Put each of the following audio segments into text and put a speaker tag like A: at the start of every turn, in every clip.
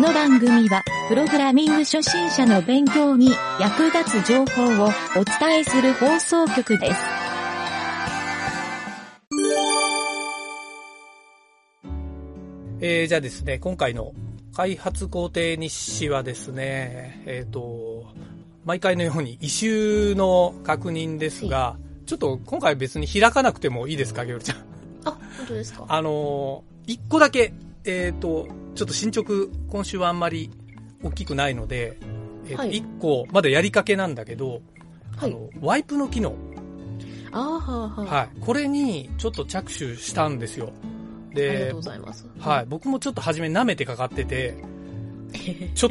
A: の番組は、プログラミング初心者の勉強に役立つ情報をお伝えする放送局です。
B: えーじゃあですね、今回の開発工程日誌はですね、えっ、と、毎回のように異臭の確認ですが、ちょっと今回別に開かなくてもいいですか、ゲオルちゃん。
C: あ、本当ですか
B: あのー一個だけ、えっ、と、ちょっと進捗、今週はあんまり大きくないので、えーと
C: はい
B: 一個、まだやりかけなんだけど、
C: は
B: あ
C: い。
B: の、ワイプの機能。
C: あーはーはー
B: はい。これにちょっと着手したんですよ。
C: ありがと
B: で
C: うご、ざいます。
B: はい。僕もちょっと初め舐めてかかってて、ちょっ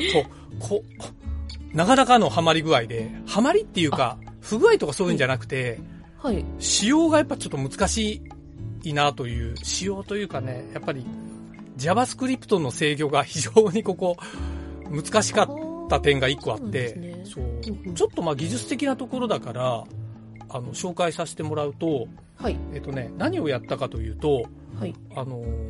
B: と、こ、なかなかのハマり具合で、ハマりっていうか、不具合とかそういうんじゃなくて、
C: はい。
B: 仕様がやっぱちょっと難しいなという、仕様というかね、やっぱり JavaScript の制御が非常にここ、難しかった点が一個あって、
C: そ
B: そうう,、
C: うんうん
B: ちょっとまあ技術的なところだから、あの、紹介させてもらうと、
C: はい。
B: えっとね、何をやったかというと、
C: はい。
B: あのー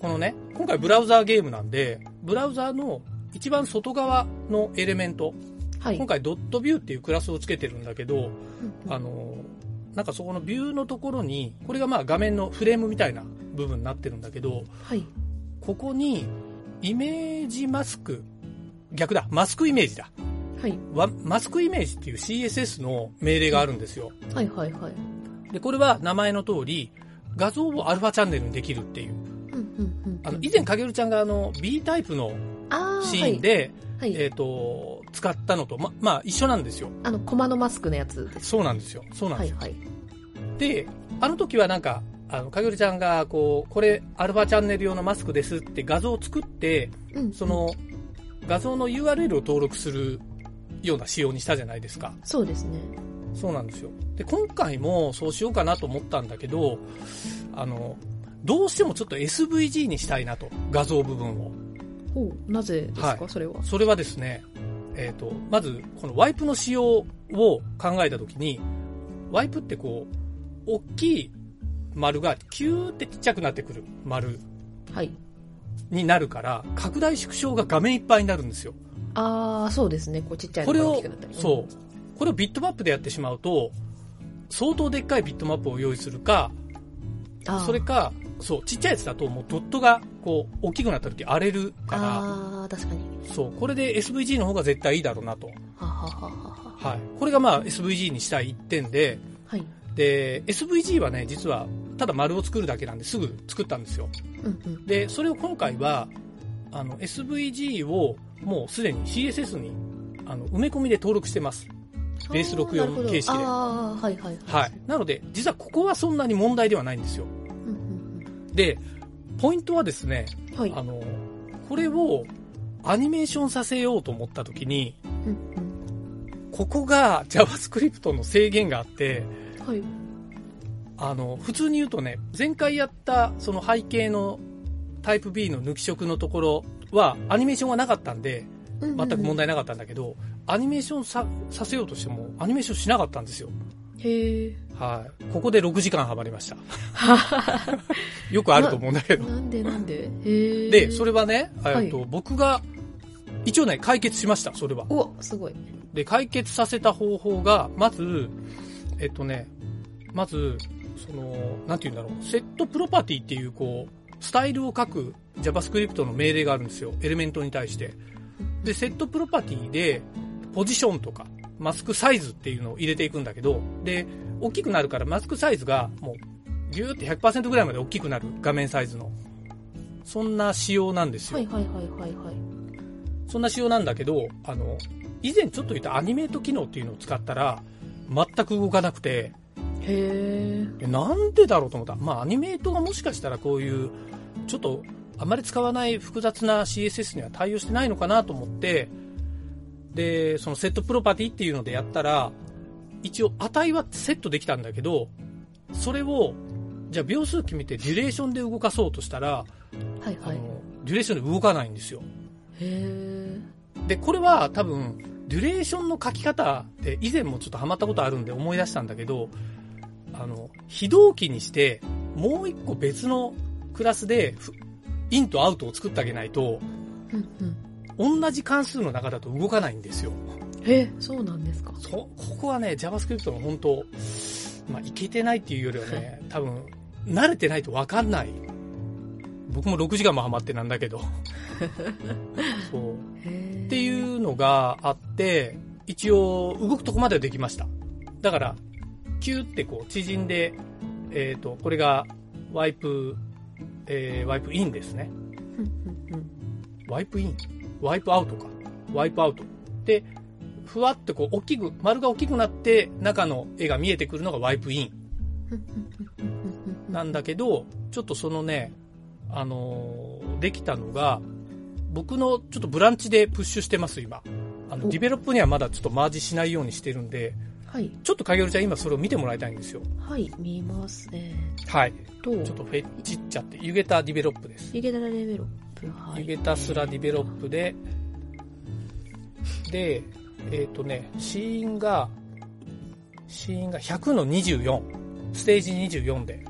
B: このね、今回ブラウザーゲームなんで、ブラウザーの一番外側のエレメント、
C: はい。
B: 今回ドットビューっていうクラスをつけてるんだけど、あのーなんかそこのビューのところに、これがまあ画面のフレームみたいな部分になってるんだけど、
C: はい。
B: ここにイメージマスク、逆だ、マスクイメージだ。
C: はい。
B: わマスクイメージっていう CSS の命令があるんですよ。
C: はい。はい。はい。
B: で、これは名前の通り、画像をアルファチャンネルにできるっていう。
C: うんうんうんうん
B: あの、以前、かげるちゃんがあの、B タイプの
C: あー
B: シーン、で、
C: はい。は
B: え
C: い
B: っ、と、使ったのと、ま、まあ、一緒なんですよ。
C: あの、コマのマスクのやつです。
B: そうなんですよ。そうなん
C: は
B: で
C: い。
B: すよ。
C: はい。
B: で、あの時はなんか、あの、かげるちゃんが、こう、これ、アルファチャンネル用のマスクですって画像を作って、
C: うん
B: そ、の、画像の URL を登録するような仕様にしたじゃないですか。
C: そうですね。
B: そうなんですよ。で、今回もそうしようかなと思ったんだけど、あの、どうしてもちょっと SVG にしたいなと、画像部分を。
C: ほう、なぜです
B: は
C: か、それは。
B: それはですね、えっ、と、まず、このワイプの仕様を考えたときに、ワイプってこう、大きい丸がキューってちっちゃくなってくる丸
C: はい。
B: になるから、拡大縮小が画面いっぱいになるんですよ。
C: あー、そうですね。こう、ちっちゃい
B: こ
C: の
B: れ
C: が大
B: を
C: きくなった、り。
B: そう。これをビットマップでやってしまうと、相当でっかいビットマップを用意するか、
C: あー
B: それか、そう、ちっちゃいやつだともうドットがこう、大きくなった時荒れるか
C: あー、確かに。
B: ら、そう、これで SVG の方が絶対いいだろうなと。
C: はははは。
B: はい。これがまあ SVG にしたい一点で、
C: はい。
B: で、SVG はね、実は、ただ丸を作るだけなんですぐ作ったんですよ。
C: うんうん。
B: で、それを今回は、あの、SVG をもうすでに CSS に、あの、埋め込みで登録してます。ベース64形式で
C: あーなるほどあー、はいはい
B: はい。なので、実はここはそんなに問題ではないんですよ。
C: うんうん
B: で、ポイントはですね、
C: うんはい。
B: あの、これをアニメーションさせようと思った時に、
C: うん
B: ここが JavaScript の制限があって、
C: うん。はい。
B: あの、普通に言うとね、前回やったその背景のタイプ B の抜き色のところはアニメーションがなかったんで、
C: 全
B: 全く問題なかったんだけど、アニメーションささせようとしてもアニメーションしなかったんですよ。
C: へえ。
B: はい。ここで6時間ハマりま した。よくあると思うんだけど。
C: なんでなんでへえ。
B: で、それはね、
C: はい
B: えっと、僕が、一応ね、解決しました、それは。
C: お、すごい。
B: で、解決させた方法が、まず、えっとね、まず、その、なんて言うんだろう、セットプロパティっていう、こう、スタイルを書く JavaScript の命令があるんですよ。エレメントに対して。で、セットプロパティで、ポジションとか、マスクサイズっていうのを入れていくんだけど、で、大きくなるからマスクサイズが、もう、ギューって100%ぐらいまで大きくなる、画面サイズの。そんな仕様なんですよ。
C: はいはいはいはいはい。
B: そんな仕様なんだけど、あの、以前ちょっと言ったアニメート機能っていうのを使ったら、全く動かなくて、
C: へえ。
B: えなんでだろうと思った。まあ、アニメートがもしかしたらこういう、ちょっと、あまり使わない複雑な CSS には対応してないのかなと思って、で、そのセットプロパティっていうのでやったら、一応値はセットできたんだけど、それを、じゃあ秒数決めてデュレーションで動かそうとしたら、
C: はい
B: あ
C: はい。へ
B: の、デュレーションで動かないんですよ。
C: え。
B: で、これは多分、デュレーションの書き方で以前もちょっとハマったことあるんで思い出したんだけど、あの、非同期にして、もう一個別のクラスで、ふインとアウトを作ってあげないと、
C: うんうん。
B: 同じ関数の中だと動かないんですよ。
C: え、そうなんですか。
B: そ、ここはね、JavaScript の本当、まあ、いけてないっていうよりはね、多分、慣れてないとわかんない。僕も6時間もハマってなんだけ ど。そう。
C: っ
B: っ
C: う。
B: ていうのがあって、一応動くとこまではできました。だから、キューってこう縮んで、えっ、と、これがワイプ、えーワイプインですね。
C: うんうんうん
B: ワイプインワイプアウトか。ワイプアウト。で、ふわっとこう大きく、丸が大きくなって中の絵が見えてくるのがワイプイン
C: うんうんうんうん。
B: なんだけど、ちょっとそのね、あのーできたのが、僕のちょっとブランチでプッシュしてます、今。あの、
C: お
B: ディベロップにはまだちょっとマージしないようにしてるんで、
C: はい。
B: ちょっと影織ちゃん今それを見てもらいたいんですよ。
C: はい、見ます。え
B: はい。
C: ーっと、
B: ちょっとフェッチっちゃって、ユゲタディベロップです。
C: ヒゲダラデベロップ。は
B: ユ
C: い。
B: ゲタスラディベロップで、で、えっ、とね、シーンが、シーンが100の24、ステージ24で、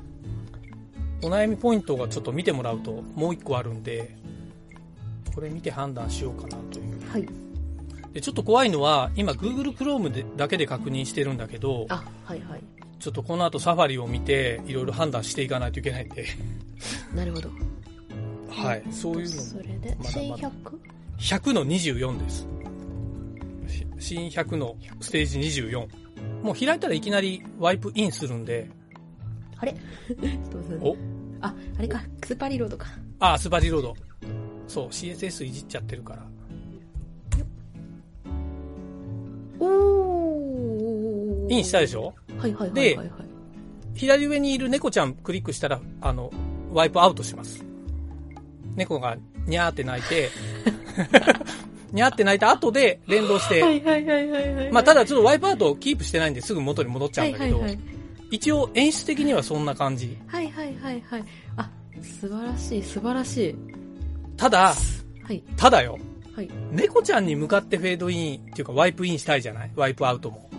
B: お悩みポイントがちょっと見てもらうともう一個あるんで、これ見て判断しようかなという。
C: はい。
B: で、ちょっと怖いのは、今 Google Chrome でだけで確認してるんだけど、
C: あ、はいはい。
B: ちょっとこの後サファリを見て、いろいろ判断していかないといけないんで、
C: なるほど。
B: はい、そういうのも
C: それで、
B: まだまだ
C: 1100?
B: 100の24です。し新100のステージ24。もう開いたらいきなりワイプインするんで、
C: あれ ちょっと待って
B: お
C: あ、あれか。スーパーリロードか。
B: あ、スバリロード。そう、CSS いじっちゃってるから。
C: おー。
B: インしたでしょ
C: はいはいはい
B: で
C: はいはい。
B: 左上にいる猫ちゃんクリックしたら、あの、ワイプアウトします。猫がニャーって鳴 いて、ニャーって鳴いた後で連動して、
C: はいはいはいはいはい。
B: まあただちょっとワイプアウトをキープしてないんですぐ元に戻っちゃ
C: は
B: うん
C: い
B: だ
C: は
B: け
C: い
B: ど、
C: はい。
B: 一応演出的にはそんな感じ。
C: はいはいはいはい。あ、素晴らしい、素晴らしい。
B: ただ、
C: はい、
B: ただよ。
C: はい。
B: 猫ちゃんに向かってフェードインっていうかワイプインしたいじゃないワイプアウトも。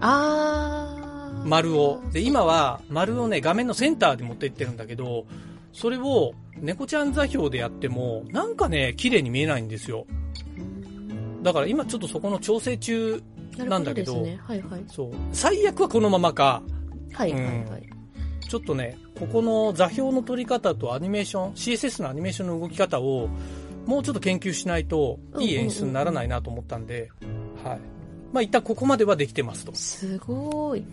C: あー。
B: 丸を。で、今は丸をね、画面のセンターで持っていってるんだけど、それを猫ちゃん座標でやっても、なんかね、綺麗に見えないんですよ。
C: うん
B: だから今ちょっとそこの調整中、なんだけど
C: なるほですね。はいはい。
B: そう。最悪はこのままか、
C: はいはいはい。
B: ちょっとね、ここの座標の取り方とアニメーション、CSS のアニメーションの動き方を、もうちょっと研究しないと、いい演出にならないなと思ったんで、はい。まあ一旦ここまではできてますと。
C: すごい。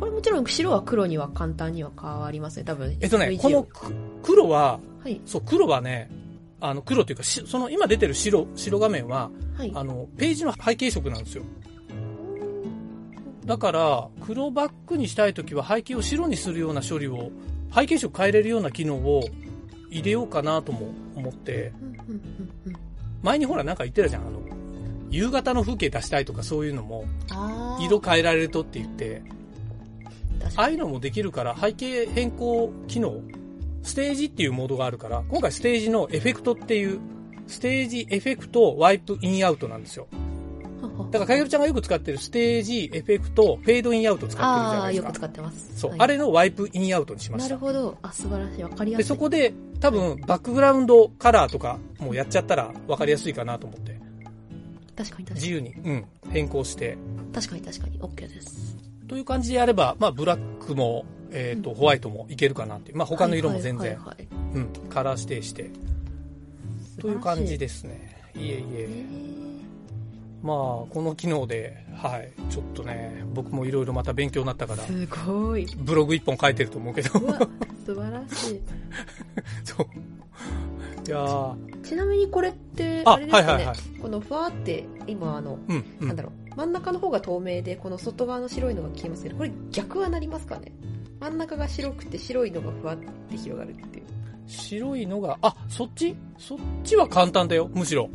C: これもちろん白は黒には簡単には変わりますね、多分。
B: えっとね、
C: 類似
B: このく黒は、
C: はい、
B: そう、黒はね、あの、黒というか、しその今出てる白、白画面は、
C: はい。
B: あの、ページの背景色なんですよ。だから、黒バックにしたいときは背景を白にするような処理を、背景色変えれるような機能を入れようかなとも思って、
C: うんうんうんうん
B: 前にほらなんか言ってたじゃん、あの、夕方の風景出したいとかそういうのも、
C: あー
B: 色変えられるとって言って、
C: 確
B: あ
C: か
B: あいうのもできるから、背景変更機能、ステージっていうモードがあるから、今回ステージのエフェクトっていう、ステージエフェクトワイプインアウトなんですよ。
C: にはは
B: だから、かげるちゃんがよく使ってるステージエフェクト、フェードインアウト使ってるじゃ
C: あ
B: な
C: あ
B: い
C: ー、
B: で
C: よく
B: すか。
C: 使ってます。
B: そう、
C: はい
B: あれのワイプインアウトにしま
C: な
B: し
C: る
B: た。
C: ほど。あ、素晴らしい。わかりや
B: で、
C: すい。
B: そこで、多分、バックグラウンドカラーとか、もうやっちゃったら分かりやすいかなと思って、
C: 確かに確か
B: 自
C: に。
B: 由に、うん、変更して。
C: 確かに確かに。OK です。
B: という感じでやれば、まあ、ブラックも、えっ、と、ホワイトもいけるかなっていう。まあ、他の色も全
C: はい
B: 然
C: はいはいはい
B: うん、カラー指定して。という感じですね。いえい
C: え
B: え。
C: ー
B: まあ、この機能で、はい、ちょっとね、僕もいろいろまた勉強になったから、
C: すごい。
B: ブログ一本書いてると思うけど、
C: うわ、素晴らしい。
B: そう。いやー
C: ちなみにこれって、
B: あ
C: あれですかね、
B: はいはいは
C: このふわーって、今あの、
B: うん、う
C: なん
B: ん
C: だ。ろう、真ん中の方が透明で、この外側の白いのが消えますけど、これ逆はなりますかね真ん中が白くて白いのがふわって広がるっていう。
B: 白いのが、あ、そっちそっちは簡単だよ、むしろ。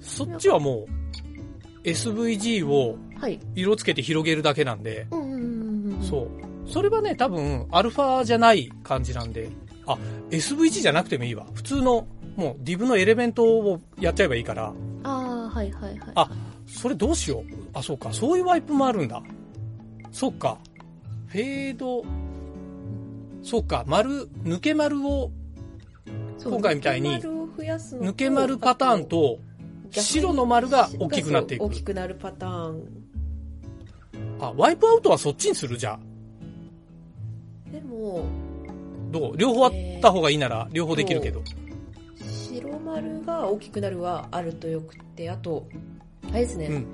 B: そっちはもう、SVG を
C: はい。
B: 色付けて広げるだけなんで、
C: うんうんうんうん。
B: そう。それはね、多分、アルファじゃない感じなんで、あ、SVG じゃなくてもいいわ。普通の、もう DIV のエレメントをやっちゃえばいいから、
C: ああ、はいはいはい。
B: あそれどうしよう。あ、そうか。そういうワイプもあるんだ。そっか。フェード、そうか。丸、抜け丸を、
C: そう
B: 今回みたいに
C: 抜け丸を増ややすのと
B: 抜け丸パターンと、
C: 逆に
B: 白の丸が大きくなっていく
C: そう大きくなるパターン。
B: あ、ワイプアウトはそっちにするじゃあ。
C: でも、
B: どう両方あった方がいいなら、両方できるけど。
C: 白丸が大きくなるはあるとよくて、あと、あれですね、
B: う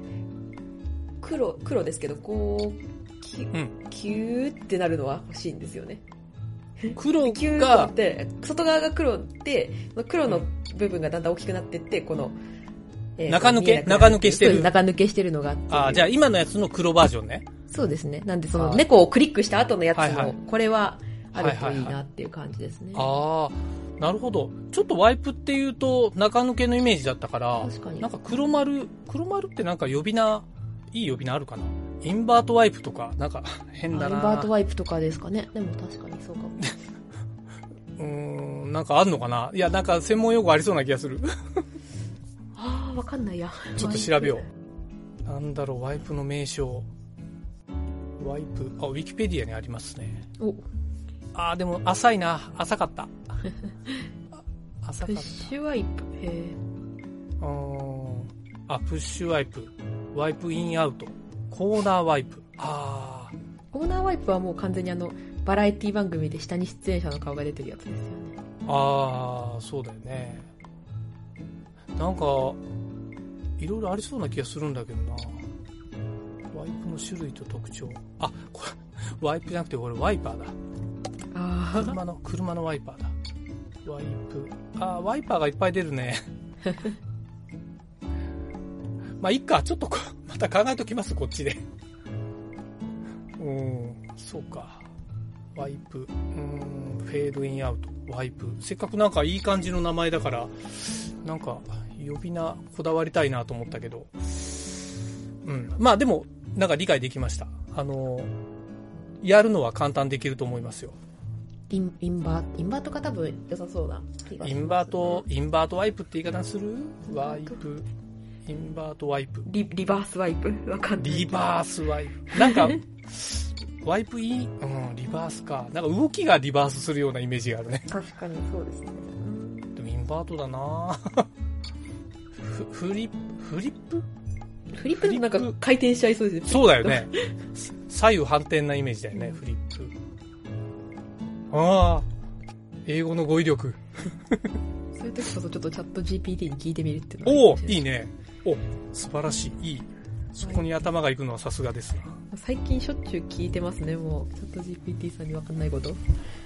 C: 黒、黒ですけど、こう、き
B: ん
C: キューってなるのは欲しいんですよね。
B: 黒
C: キュー
B: が
C: っ、て、外側が黒で、その黒の部分がだんだん大きくなってって、この、えー
B: 中抜け
C: 見えなくな
B: 中
C: っ
B: 抜けしてる
C: そうです中抜けしてるのがっていう
B: あ、じゃあ今のやつの黒バージョンね。
C: そうですね。なんで、そ
B: あ
C: の
B: ー
C: 猫をクリックした後のやつ
B: はいは
C: も
B: い、
C: これはあると
B: は
C: い
B: いはいは
C: なっていう感じですね。
B: ああ、なるほど。ちょっとワイプっていうと、中抜けのイメージだったから、
C: 確かに
B: なん。か黒丸、黒丸ってなんか呼び名、いい呼び名あるかなインバートワイプとか、なんか 変だ
C: あイ
B: な。
C: ンバートワイプとかですかね。でも確かにそうかも。
B: うーん、なんかあんのかないや、なんか専門用語ありそう な気がする。
C: ああ、わかんないや。
B: ちょっと調べよう。なんだろう、ワイプの名称。ワイプ。あ、ウィキペディアにありますね。
C: お、
B: あー、でも浅いな。浅 かった。あ浅
C: プ
B: かっ
C: ッシュワイプ。へえ。
B: た。うーん。あ、プッシュワイプ。ワイプインアウト。コーナーワイプ。あー。
C: コーナーワイプはもう完全にあの、バラエティ番組で下に出演者の顔が出てるやつですよね。
B: あー、そうだよね。なんか、いろいろありそうな気がするんだけどな。ワイプの種類と特徴。あ、これ、ワイプじゃなくて、これワイパーだ。
C: ああ。
B: 車の、車のワイパーだ。ワイプ。あーワイパーがいっぱい出るね。 まあ、いっか。ちょっとこ、また考えときます、こっちで。うん、そうか。ワイプ。うん、フェードインアウト。ワイプ。せっかくなんかいい感じの名前だから、なんか、呼び名、こだわりたいなと思ったけど。うん。まあ、でも、なんか理解できました。あの、やるのは簡単できると思いますよ。
C: イン、インバー、インバートが多分良さそうな気が
B: イ
C: します
B: ンバート、インバートワイプって言い方するワイプ。インバートワイプ。
C: リ、リバースワイプわかんない。
B: リバースワイプ。なんか、ワイプいいうん、リバースか。なんか動きがリバースするようなイメージがあるね。
C: 確かにそうですね。うん
B: でもインバートだなふフリップ、フリップ
C: フリップなんか回転しちゃいそうですね。
B: そうだよね。左右反転なイメージだよね、フリップ。ああ、英語の語彙力。
C: そういう時こそちょっとチャット GPT に聞いてみるっていうの
B: おお
C: も
B: いい
C: ね。
B: ね。お素晴らしい。いい。そこに頭が行くのはさすがですな。
C: 最近しょっちゅう聞いてますね、もう。チャット GPT さんにわかんないこと。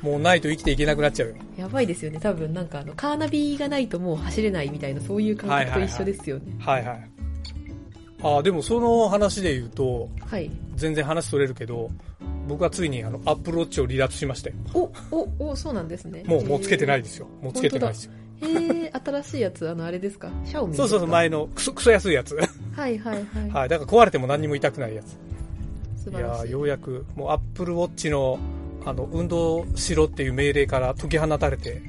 B: もうないと生きていけなくなっちゃうよ。
C: やばいですよね、多分なんかあの、カーナビがないともう走れないみたいな、そういう感覚と一緒ですよね。
B: はいはい。ああ、でもその話で言うと、
C: はい
B: 全然話取れるけど、僕はついにあの、アップローチを離脱しまして、
C: お、お、お、そうなんですね。
B: もう、もうつけてない
C: い。
B: ですよ。もうつけてないですよ。
C: へー、新しいやつ、あの、あれですかシャオミ
B: そうそうそう、前のクソ、クソ安いやつ。
C: はいはいはい。
B: はい。だから壊れても何にも痛くないやつ。
C: 素
B: い
C: 晴ら
B: や
C: し
B: ー
C: い。
B: ようやく、もうアップルウォッチの、あの、運動しろっていう命令から解き放たれて、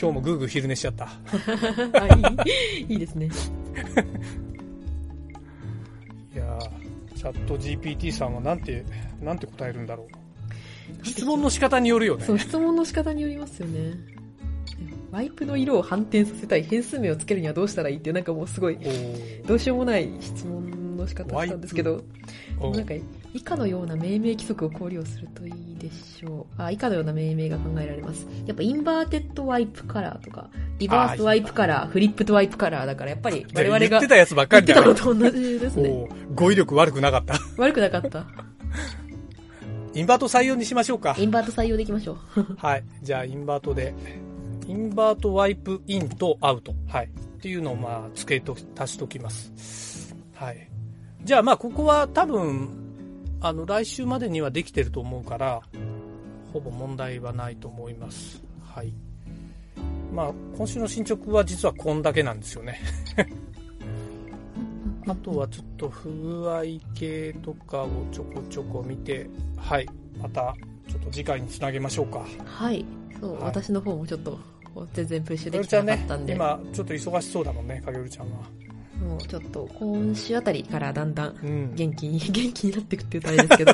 B: 今日もぐーぐー昼寝しちゃった。
C: あい い、いいですね。
B: いやーチャット GPT さんはなんて、なんて答えるんだろう。質問の仕方によるよね
C: そ。う、質問の仕方によりますよね。ワイプの色を反転させたい、変数名をつけるにはどうしたらいいっていう、なんかもうすごい、どうしようもない質問の仕方をしたんですけど、
B: おお
C: なんか、以下のような命名規則を考慮するといいでしょう。あ、以下のような命名が考えられます。やっぱインバーテッドワイプカラーとか、リバースワイプカラー、フリップとワイプカラーだから、やっぱ り我々
B: 言っ
C: が
B: てたやつばっ
C: 言
B: か
C: っ
B: り
C: て
B: だ
C: た
B: よ
C: のと同じですね。
B: おー語彙力悪くなかった。
C: 悪くなかった。
B: インバート採用にしましょうか
C: イ。ンバート採用できましょう。
B: はい。じゃあ、インバートで。インバートワイプインとアウト。はい。っていうのを、まあ、付けと、足しときます。はい。じゃあ、まあ、ここは多分、あの、来週までにはできてると思うから、ほぼ問題はないと思います。はい。まあ、今週の進捗は実はこんだけなんですよね。 あとはちょっと不具合系とかをちょこちょこ見て、はい。また、ちょっと次回につなげましょうか。
C: はい。そう、
B: はい
C: 私の方もちょっと、全然プッシュ
B: か
C: で
B: げ
C: き
B: るちゃ
C: て
B: ん
C: な
B: ね
C: かったん、で、
B: 今、ちょっと忙しそうだもんね、かげるちゃんは。
C: もうちょっと今週あたりからだんだん
B: うん。
C: 元気に、 元気になってくっていうとあれですけど、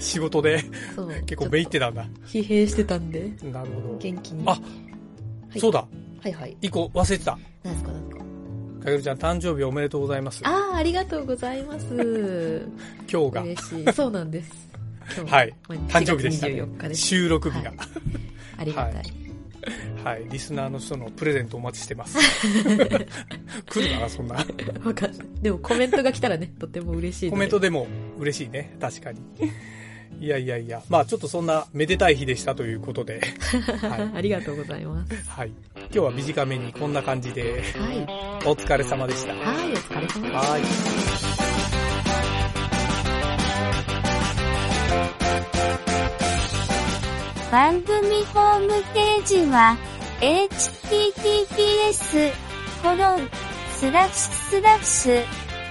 B: 仕事で、
C: そう。
B: 結構めいってたんだ。
C: ちょっと疲弊してたんで、
B: なるほど。
C: 元気に。
B: あ
C: い
B: そうだ。
C: はいはい。
B: 一個忘れてた。
C: 何ですか何ですか
B: かげるちゃん、誕生日おめでとうございます。
C: ああ、ありがとうございます。
B: 今日
C: 嬉しい。そうなんです。今日
B: はい
C: まあ
B: 誕生日でしたね
C: 4月24日
B: が、
C: です。
B: 収録日が
C: は。あ りがたい。
B: はい、リスナーの人のプレゼントお待ちし てます。来るかな、そんな。
C: わかんないでもコメントが来たらね、とても嬉しいので。
B: コメントでも嬉しいね、確かに。いやいやいや、まあちょっとそんなめでたい日でしたということ で、は
C: ありがとうございます。
B: い。はい。今日は短めにこんな感じで、
C: はい。
B: お疲れ様でした。
C: はい、お疲れ様です。
B: はい。
D: 番組ホームページは、https, コロン、スラッシュスラッシュ、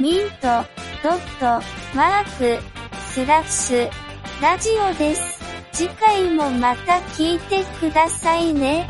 D: ミント、ドット、マーク、スラッシュ、ラジオです。次回もまた聞いてくださいね。